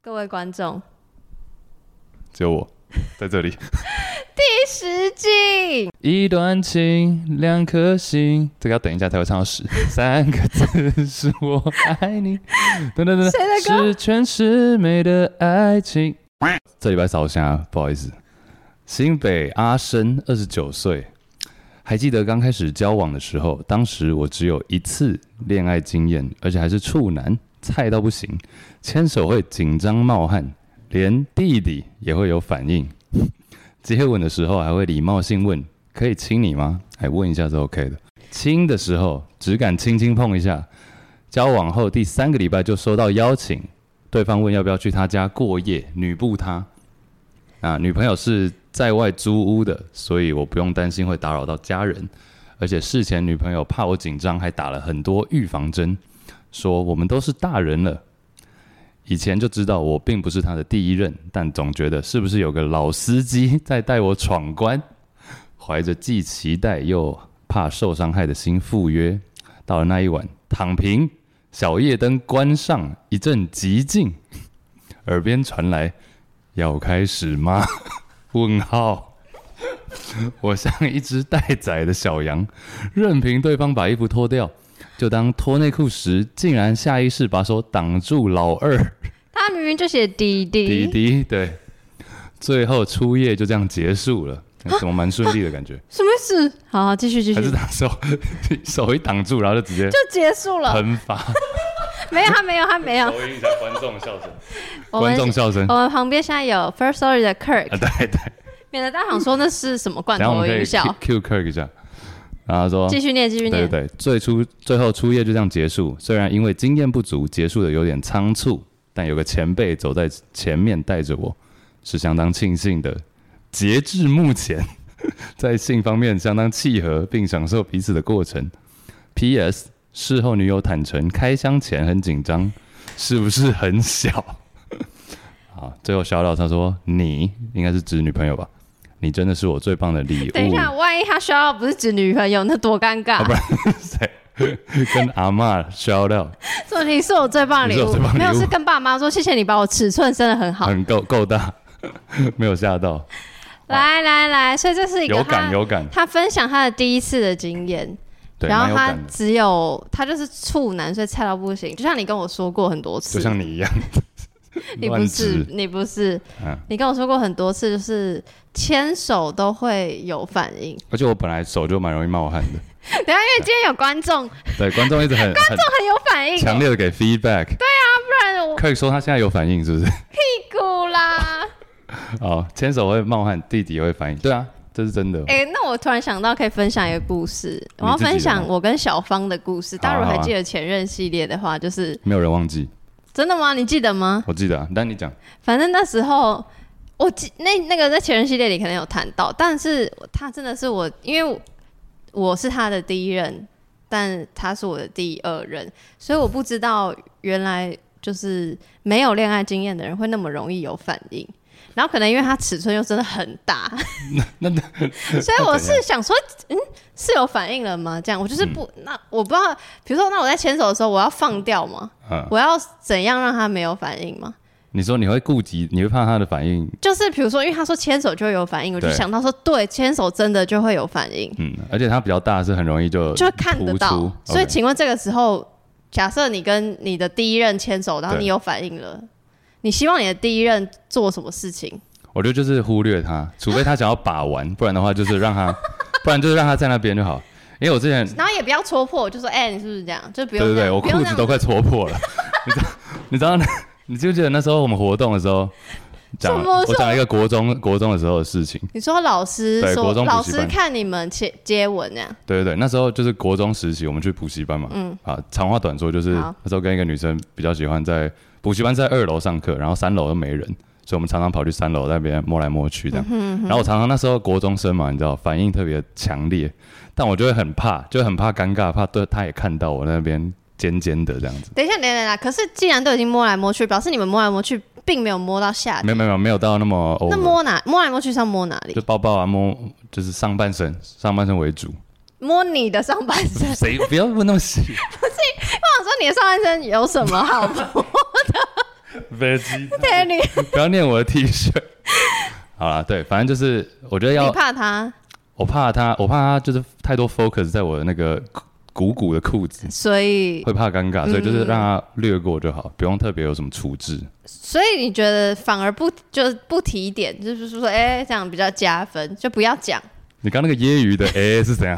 各位观众，只有我在这里。第十季一段情，两颗心，这个要等一下才会唱 到十。三个字是我爱你，等等等谁的等，歌十全十美的爱情。这礼拜烧虾，不好意思。新北阿生，二十九岁，还记得刚开始交往的时候，当时我只有一次恋爱经验，而且还是处男，菜到不行，牵手会紧张冒汗，连弟弟也会有反应。接吻的时候还会礼貌性问：“可以亲你吗？”哎，问一下是 OK 的。亲的时候只敢轻轻碰一下。交往后第三个礼拜就收到邀请，对方问要不要去他家过夜，女步他。啊，女朋友是在外租屋的，所以我不用担心会打扰到家人。而且事前女朋友怕我紧张，还打了很多预防针，说我们都是大人了。以前就知道我并不是他的第一任，但总觉得是不是有个老司机在带我闯关，怀着既期待又怕受伤害的心赴约。到了那一晚，躺平，小夜灯关上，一阵寂静，耳边传来“要开始吗？” 问号。我像一只待宰的小羊，任凭对方把衣服脱掉。就当脱内裤时，竟然下意识把手挡住老二。他明明就写滴滴，滴滴，对，最后初夜就这样结束了，怎么蛮顺利的感觉？什么意思？好，好继续继续，还是就他手手一挡住，然后就直接结束了。喷发，没有，他没有，他没有。回应一下观众笑声，我 观们哦众笑声我们旁边现在有 First Story 的 Kirk，啊，对对，免得大家想说那是什么罐然后我头们可以哦音效 Q Q Kirk 一下，然后他说继续念，继续对念。对对，最初最后初夜就这样结束。虽然因为经验不足，结束的有点仓促，但有个前辈走在前面带着我，是相当庆幸的。截至目前， 在性方面相当契合，并享受彼此的过程。P.S. 事后女友坦诚，开箱前很紧张，是不是很小？ 好，最后小老他说：“你应该是指女朋友吧？你真的是我最棒的礼物。”等一下，万一他需要不是指女朋友，那多尴啊尬。谁 跟阿嬷 shout out，说你是我最棒的礼你是我物最棒，的没有礼物是跟爸妈说谢谢你把我尺寸真的很好。很够够大， 没有吓到，来来来，所以这是一个有他感有感，他分享他的第一次的经验，对，然蛮后有他感的，只有他就是处男，所以菜到不行。就像你跟我说过很多次就，像你一样， 你乱不是指，你不是，嗯你跟我说过很多次，就是牵手都会有反应。 而且我本来手就蛮容易冒汗的，等一下因为今天有观众很对，观众一直很 很有反应，强烈的给 feedback，不然我可以说他现在有反应是不是？ 屁股啦。哦，牵手会冒汗，弟弟也会反应，对啊，这是真的，哎、那我突然想到可以分享一个故事，的我要分享我跟小芳的故事。好啊大家如果还好啊记得前任系列的话，就是没有人忘记，真的吗？你记得吗？我记得啊，但你讲，反正那时候我记那那个在前任系列里可能有谈到，但是他真的是我，因为我我是他的第一任，但他是我的第二任，所以我不知道原来就是没有恋爱经验的人会那么容易有反应。然后可能因为他尺寸又真的很大， 那那 所以我是想说，嗯，是有反应了吗？这样我就是不，那我不知道，比如说，那我在牵手的时候，我要放掉吗？嗯，我要怎样让他没有反应吗？你说你会顾及，你会怕他的反应，就是比如说，因为他说牵手就会有反应，我就对想到说，对，牵手真的就会有反应，嗯，而且他比较大，是很容易就就会看得呃突到出。所以， OK 请问这个时候，假设你跟你的第一任牵手，然后对你有反应了，你希望你的第一任做什么事情？我觉得就是忽略他，除非他想要把玩， 不然的话就是让他， 不然就是让他在那边就好。因为我之前，然后也不要戳破，就说，哎、你是不是这样？就不对用对这对，样我不用裤这样子都快戳 破了。你知道，你知道，你记不记得那时候我们活动的时候，讲什么我讲了一个国中国中的时候的事情。你说老师对说国中补习老班师看你们接接吻那样，对对对，那时候就是国中时期，我们去补习班嘛。嗯。啊，长话短说，就是好那时候跟一个女生比较喜欢在补习班在二楼上课，然后三楼又没人，所以我们常常跑去三楼那边摸来摸去嗯这样。然后我常常那时候国中生嘛，你知道反应特别强烈，但我就会很怕，就很怕尴尬，怕对她也看到我那边尖尖的这样子。等一下，等一下，等一下。可是既然都已经摸来摸去，表示你们摸来摸去并没有摸到下体没有没有没有没有到那么啊那 over，摸哪摸来摸去是要摸哪里就？抱抱啊摸，就是上半身上半身 为主。摸你的上半身。谁不要问那么细？我想说你的上半身有什么好摸？别激动，对，你不要念我的 T 恤。好啦，对，反正就是我觉得你要，怕他，我怕他，我怕他就是太多 focus 在我的那个鼓鼓的裤子，所以会怕尴嗯尬，所以就是让他略过就好，不用特别有什么处置。所以你觉得反而不就是不提点，就是说哎、这样比较加分，就不要讲。你刚那个揶 揄的哎是怎样？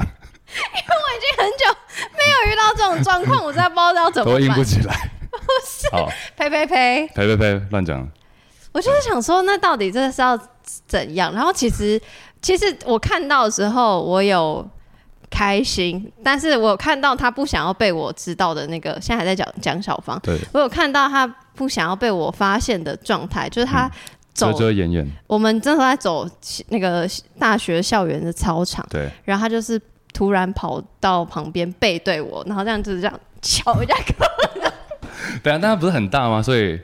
很久没有遇到这种状况，我真的不知道要怎么 都硬不办。起来。好，呸呸呸！呸呸呸，乱讲。我就是想说，那到底这是要怎样？然后其实其实我看到的时候，我有开心，但是我有看到他不想要被我知道的那个，现在还在讲讲小芳，对，我有看到他不想要被我发现的状态，就是嗯他走遮，遮掩掩，我们那时候在走那个大学校园的操场，对，然后他就是突然跑到旁边背对我，然后这样就是这样敲一 下，对啊，但它不是很大吗？所以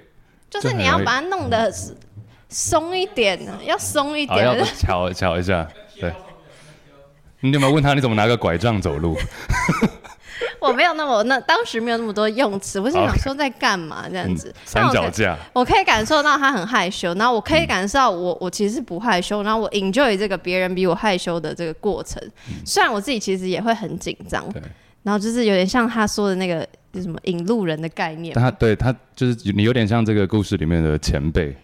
就是你要把它弄得松一点，要松一嗯好要点不。瞧瞧一下，对。你有没有问他你怎么拿个拐杖走路？ 我没有那么那当时没有那么多用词，我是想说在干嘛这样嗯子。但三我可脚架，我可以感受到他很害羞，然后我可嗯以感受到我我其实不害羞，然后我 enjoy 这个别人比我害羞的这个过程。虽然我自己其实也会很紧张嗯对，然后就是有点像他说的那个就是什么引路人的概念但，他对他就是你有点像这个故事里面的前辈，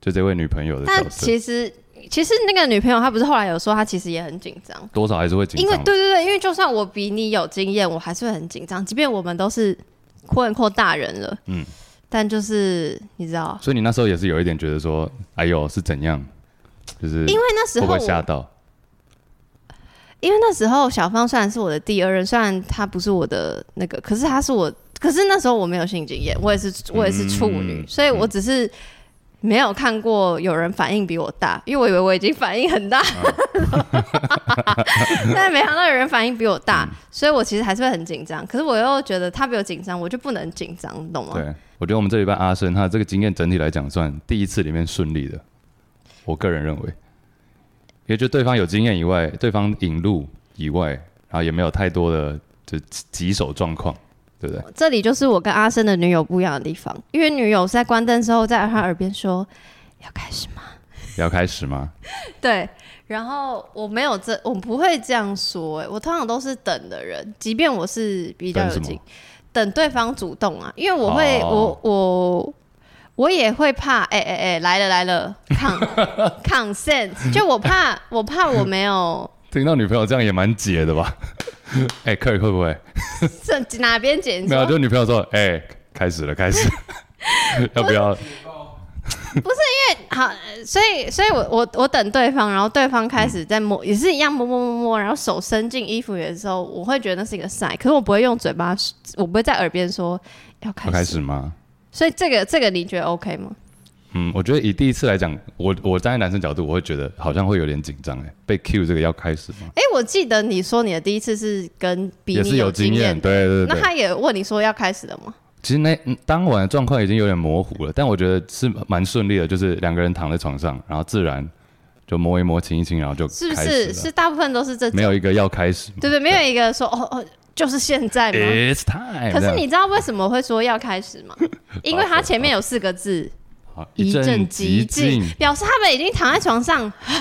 就这位女朋友的但角色，其实其实那个女朋友她不是后来有说她其实也很紧张，多少还是会紧因为张。对对对，因为就算我比你有经验，我还是会很紧张，即便我们都是困惑大人了，嗯嗯，但就是你知道，所以你那时候也是有一点觉得说，哎呦是怎样，就是因为那时会候不我会吓到？因为那时候小芳虽然是我的第二任，虽然她不是我的那个，可是她是我，可是那时候我没有性经验，我也是我也是处女，嗯所以我只是没有看过有人反应比我大，因为我以为我已经反应很大了，啊 但没想到有人反应比我大，所以我其实还是会很紧张。可是我又觉得他比我紧张，我就不能紧张，你懂吗？对，我觉得我们这礼拜阿生他的这个经验整体来讲算第一次里面顺利的，我个人认为，因为就对方有经验以外，对方引路以外，然后也没有太多的就棘手状况，对不对？这里就是我跟阿生的女友不一样的地方，因为女友是在关灯之后，在他耳边说要开始吗？要开始吗？对，然后我没有这，我不会这样说、欸，我通常都是等的人，即便我是比较有等什经么，等对方主动啊，因为我会，哦我我我也会怕，哎哎哎，来了来了，con consent，就我怕，我怕我没有听到女朋友这样也蛮解的吧？ 哎、克里会不会？这哪边剪没有，说就女朋友说，哎、开始了，开始，要不要？好，呃所以所以我我我等对方，然后对方开始在摸，也是一样摸摸摸摸，然后手伸进衣服里的时候，我会觉得那是一个 sign，可是我不会用嘴巴，我不会在耳边说要开要始，开始吗？所以这个这个你觉得 OK 吗？嗯，我觉得以第一次来讲，我我站在男生角度，我会觉得好像会有点紧张哎，被 cue 这个要开始吗？哎、我记得你说你的第一次是跟比也你是有经验，的，对对对那对。他也问你说要开始了吗？其实那嗯当晚的状况已经有点模糊了，但我觉得是蛮顺利的，就是两个人躺在床上，然后自然就摸一摸、亲一亲，然后就是不开始是？了是大部分都是这种，没有一个要开始对不对？没有一个说哦哦，就是现在吗？ ，It's time 这可样。是你知道为什么会说要开始 吗？因为它前面有四个字好“一阵阵极极静”，表示他们已经躺在床上很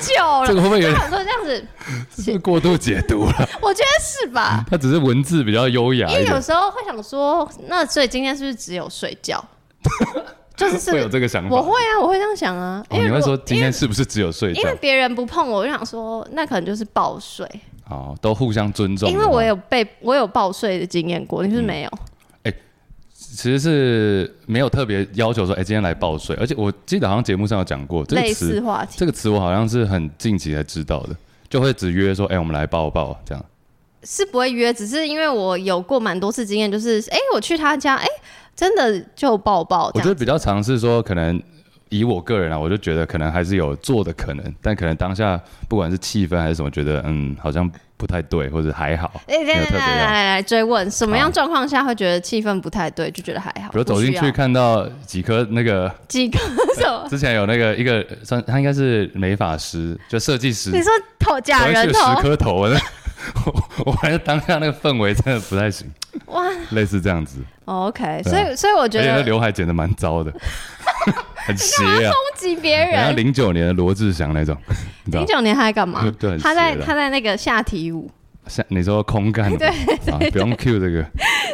久这了。个会不会 有他点想说这样子，是不是过度解读了？ 我觉得是吧？它只是文字比较优雅因嗯一为有点，时候会想说，那所以今天是不是只有睡 觉？就是是会有这个想法。我会啊，我会这样想啊，嗯哦因为你如会果说今天是不是只有睡因为觉？别人不碰我，我就想说那可能就是报税，哦，都互相尊重的话。因为我有被我有报税的经验过，嗯你是不是没有？其实是没有特别要求说，哎、今天来报税，而且我记得好像节目上有讲过这个类似词，话题，这个词我好像是很近期才知道的，就会只约说，哎、我们来报报这样。哦是不会约，只是因为我有过蛮多次经验，就是哎、诶我去他家，哎、真的就抱抱这我觉得样。比较常是说，可能以我个人啊，我就觉得可能还是有做的可能，但可能当下不管是气氛还是什么，觉得嗯好像不太对，或者还好，哎，来没有来特别啊来要来来追问，什么好样状况下会觉得气氛不太对，就觉得还好？比如走进不需去要看到几颗那个，几个什 么？之前有那个一个呃算他应该是美发师，就设计师，你说头假我还人哦头有 十？颗头，我那我我还是当下那个氛围真的不太行。哇类似这样子。哦，OK，对所啊以所以我觉而且那得刘海剪得蛮 糟的，很邪啊，攻击别人家人，零九年的罗志祥那种，你知道零？九年他在干嘛对很？他在邪了他在那个下体舞。像你说空干 的，啊，不用 Q 这个，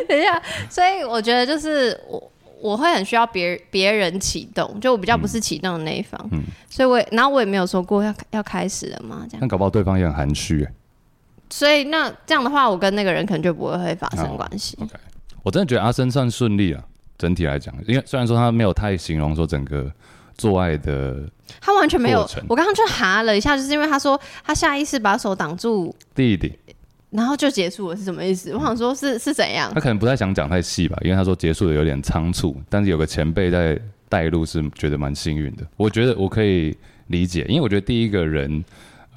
等一下，所以我觉得就是我我会很需要别别人启动，就我比较不是启动的那一方，嗯所以我也然后我也没有说过要要开始了嘛，这样，但搞不好对方也很含蓄欸。所以那这样的话，我跟那个人可能就不会会发生哦关系。 OK 我真的觉得阿生算顺利啊，整体来讲，因为虽然说他没有太形容说整个做爱的他完全没有过程，我刚刚就哈了一下，就是因为他说他下意识把手挡住，地点，然后就结束了，是什么意思？我想说是是怎样他？可能不太想讲太细吧，因为他说结束的有点仓促，但是有个前辈在带路是觉得蛮幸运的，我觉得我可以理解，因为我觉得第一个人，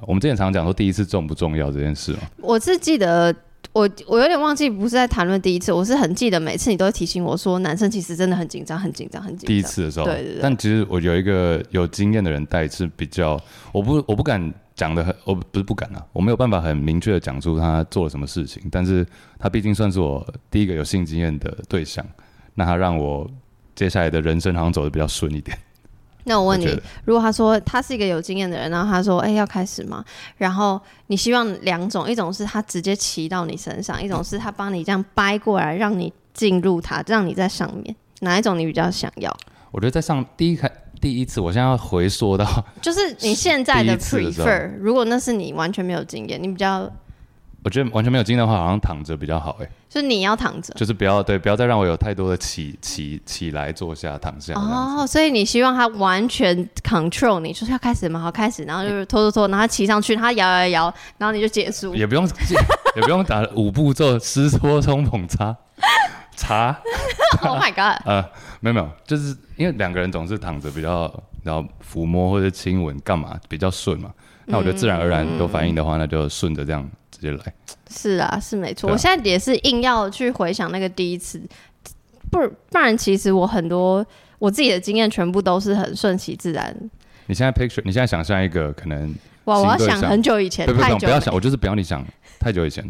我们之前常讲说第一次重不重要这件事嘛，我是记得。我我有点忘记，不是在谈论第一次，我是很记得每次你都会提醒我说，男生其实真的很紧张，很紧张，很紧张。第一次的时候，对对对但其实我有一个有经验的人带是比较，我不我不敢讲的很，我不是不敢啊，我没有办法很明确的讲出他做了什么事情，但是他毕竟算是我第一个有性经验的对象，那他让我接下来的人生好像走的比较顺一点。那我问我觉你得，如果他说他是一个有经验的人，然后他说：“哎、要开始吗？”然后你希望两种，一种是他直接骑到你身上，一种是他帮你这样掰过来，让你进入他，让你在上面。哪一种你比较想要？我觉得在上第一开第一次，我现在要回溯到 就是你现在第一的次的时候 prefer，如果那是你完全没有经验，你比较我觉得完全没有经验的话，好像躺着比较好哎、欸就是你要躺着就是不要对不要再让我有太多的起起起来坐下躺下这样子哦，所以你希望他完全 control 你，就是要开始吗？好，开始，然后就是拖拖拖，然后他骑上去，他摇摇摇，然后你就结 束。也不用也不用打五步骤湿搓冲捧擦擦， oh my god！呃，没有没有，就是因为两个人总是躺着比较，然后抚摸或者亲吻干嘛比较顺嘛，那我觉得自然而然有反应的话，那就顺着这样直接来。是啊，是没错。对啊我现在也是硬要去回想那个第一次，不不然其实我很多我自己的经验全部都是很顺其自然。你现在 picture，你现在想象一个可能，哇，行我要对想上很久以前，不不呃太不，久不要想，我就是不要你想太久以前，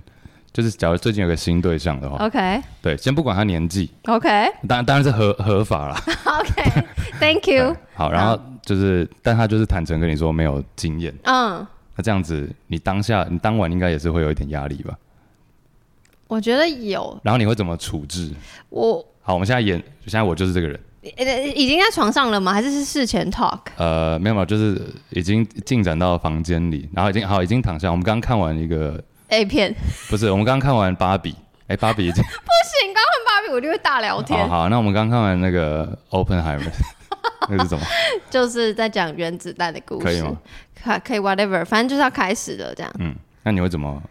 就是假如最近有个新对象的话， OK 对，先不管他年纪， OK 当然当然是合合法啦， OK Thank you 对。好，然后就是，但他就是坦诚跟你说没有经验。嗯，那这样子，你当下你当晚应该也是会有一点压力吧？我觉得有然后你会怎么处置？我好，我们现在演，现在我就是这个人，呃已经在床上了吗？还是是事前 talk？呃，没有没有，就是已经进展到房间里，然后已经好已经躺下。我们刚刚看完一个， A 片 不是，我们刚刚看完芭比，哎、芭比已经芭比，我就会大聊好天， 好，那我们刚刚看完那个 Openheimer，那是什么？就是在讲原子弹的故事，可以吗？可可以 whatever，反正就是要开始了这样。嗯，那你会怎么？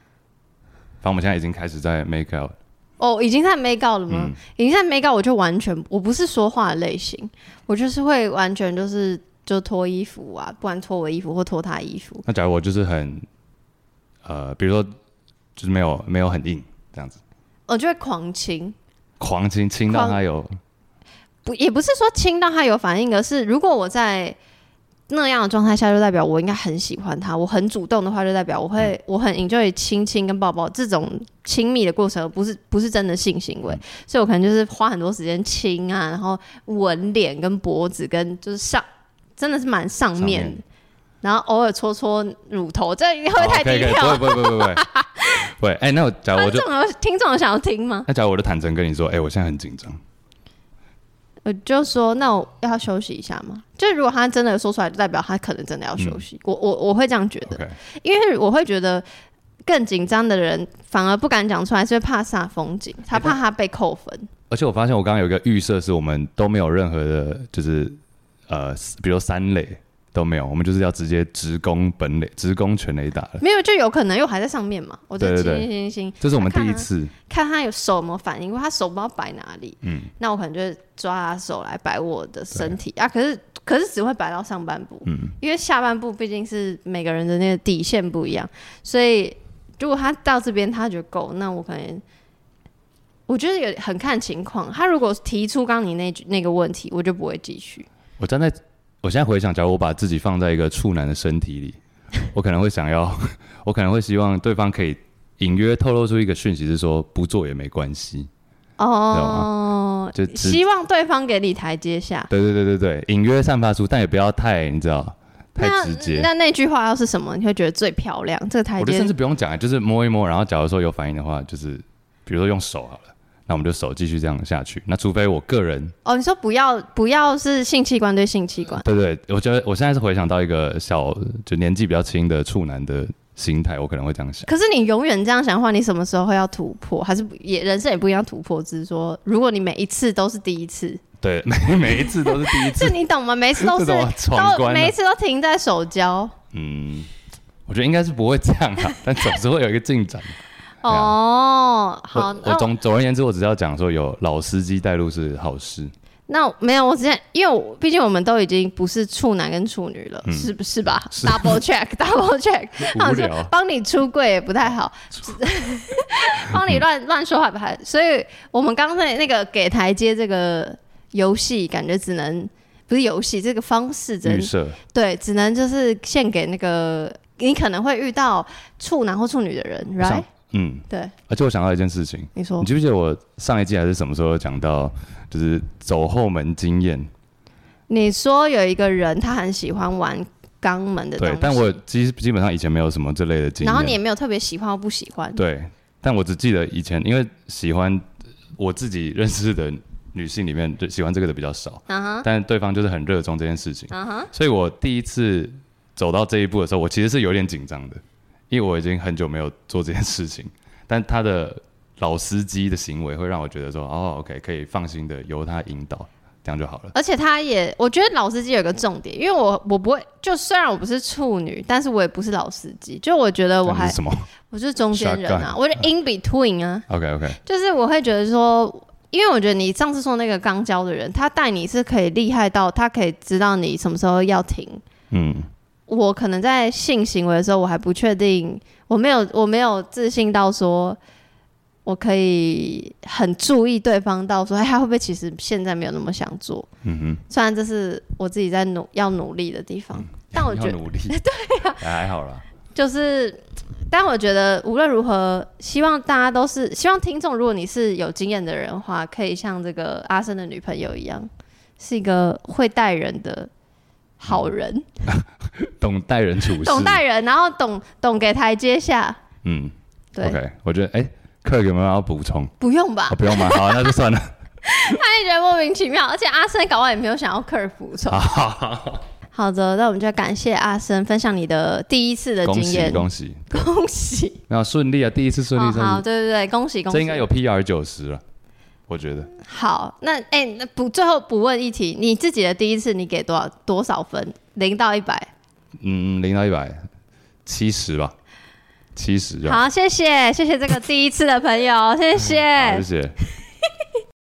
反正我们现在已经开始在 make out，哦，已经在 make out 了吗？嗯已经在 make out，我就完全我不是说话的类型，我就是会完全就是就脱衣服啊，不然脱我衣服或脱他衣服。那假如我就是很，呃，比如说就是没有没有很硬这样子，我就会狂亲，狂亲亲到狂他有不也不是说亲到他有反应，而是如果我在那样的状态下，就代表我应该很喜欢他，我很主动的话，就代表我嗯会、我很 enjoy 亲亲跟抱抱这种亲密的过程，不是不是真的性行为，嗯所以我可能就是花很多时间亲啊，然后吻脸跟脖子跟就是上，真的是蛮上面上面然后偶尔搓搓乳头，这会不会太低调？哦可以可以不会不会不会不会， 不会。哎，那我假如我观就众有听众有想要听吗？那假如我就坦诚跟你说，哎，我现在很紧张，我就说，那我要休息一下吗？就如果他真的说出来，就代表他可能真的要休息。我我我会这样觉得嗯 OK 因为我会觉得更紧张的人反而不敢讲出来，是因为怕煞风景，他怕他被扣分。而且我发现我刚刚有一个预设，是我们都没有任何的，就是呃，比如三垒都没有，我们就是要直接直攻本垒，直攻全垒打了。没有，就有可能又还在上面嘛。我就对对亲对亲亲亲，这是我们看第一啊次，看他有手有没有反应，因为他手不知道摆哪里。嗯，那我可能就会抓他手来摆我的身体啊，可是可是只会摆到上半部，嗯因为下半部毕竟是每个人的那个底线不一样，所以如果他到这边他觉得够，那我可能我觉得也很看情况。他如果提出刚刚你那句那个问题，我就不会继续。我站在我现在回想，假如我把自己放在一个处男的身 体里，我可能会想要， 我可能会希望对方可以隐约透露出一个讯息，是说不做也没关系，哦，就只希望对方给你台阶下。对对对对对，隐约散发出，但也不要太你知道太那直接。那那句话要是什么，你会觉得最漂亮？这个台我就阶甚至不用讲，啊就是摸一摸，然后假如说有反应的话，就是比如说用手好了，那我们就手继续这样下去。那除非我个人，哦，你说不要不要是性器官对性器官，对对，我觉得我现在是回想到一个小就年纪比较轻的处男的心态，我可能会这样想。可是你永远这样想的话，你什么时候会要突破？还是不也人生也不一定要突破，只是说，如果你每一次都是第一次，对， 每每一次都是第一 这次，你懂吗？每一次都 是这种闯都关每一了。次都停在手交 嗯，我觉得应该是不会这样啊，但总是会有一个进展。对啊哦。我 好，我那总总而言之，我只是要讲说有老司机带路是 好事。那没有，我只想，因为我毕竟我们都已经不是处男跟处女了，嗯是不是吧是？Double check，double check，无好像聊，帮你出柜也不太 好，帮你乱 乱说话也不太。所以我们刚才那个给台阶这个游戏，感觉只能不是游戏这个方式，只预能设对，只能就是献给那个你可能会遇到处男或处女的人我想，right？嗯，对，哦而且我想到一件事情，你说你记不记得我上一季还是什么时候有讲到，就是走后门经验？你说有一个人他很喜欢玩肛门的东对西，，但我基基本上以前没有什么这类的经验。然后你也没有特别喜欢或不喜欢，对，但我只记得以前，因为喜欢我自己认识的女性里面，就喜欢这个的比较少，啊哈，但对方就是很热衷这件事情，啊哈，所以我第一次走到这一步的时候，我其实是有点紧张的，因为我已经很久没有做这件事情，但他的老司机的行为会让我觉得说，哦，OK，可以放心的由他引导，这样就好了。而且他也，我觉得老司机有个重点，因为我我不会，就虽然我不是处女，但是我也不是老司机，就我觉得呃我那你还是什么我就是中间人啊，我是 in between 啊， ？OK OK，就是我会觉得说，因为我觉得你上次说那个刚教的人，他带你是可以厉害到他可以知道你什么时候要停。嗯，我可能在性行为的时候，我还不确定，我没有我没有自信到说。我可以很注意对方，到说，哎，他会不会其实现在没有那么想做？嗯虽然这是我自己在努要努力的地方，哼，但我要觉啊得 努力，对呀，还好啦。就是，但我觉得无论如何，希望大家都是希望听众，如果你是有经验的人的话，可以像这个阿生的女朋友一样，是一个会待人的好嗯人，懂待人处事，懂待人，然后懂懂给台阶下。嗯对啊，OK，我觉得哎克 i 有没有要补充？不用吧哦，？不用吗？好，那就算了。他也觉得莫名其妙，而且阿生搞完也没有想要克尔补啊充。好的，那我们就感谢阿生分享你的第一次 的恭经喜验， 恭喜，恭喜！那顺利啊，第一次顺利，哦，真的好，是对对对，恭喜恭喜！这应该有 PR 九十了，我觉得好，那哎、那不最后不问一题，你自己的第一次你给多少多少分？零到一百。嗯零到一百七十吧，七十就嗯好。好，谢谢谢谢这个第一次的朋友，谢谢。好谢谢。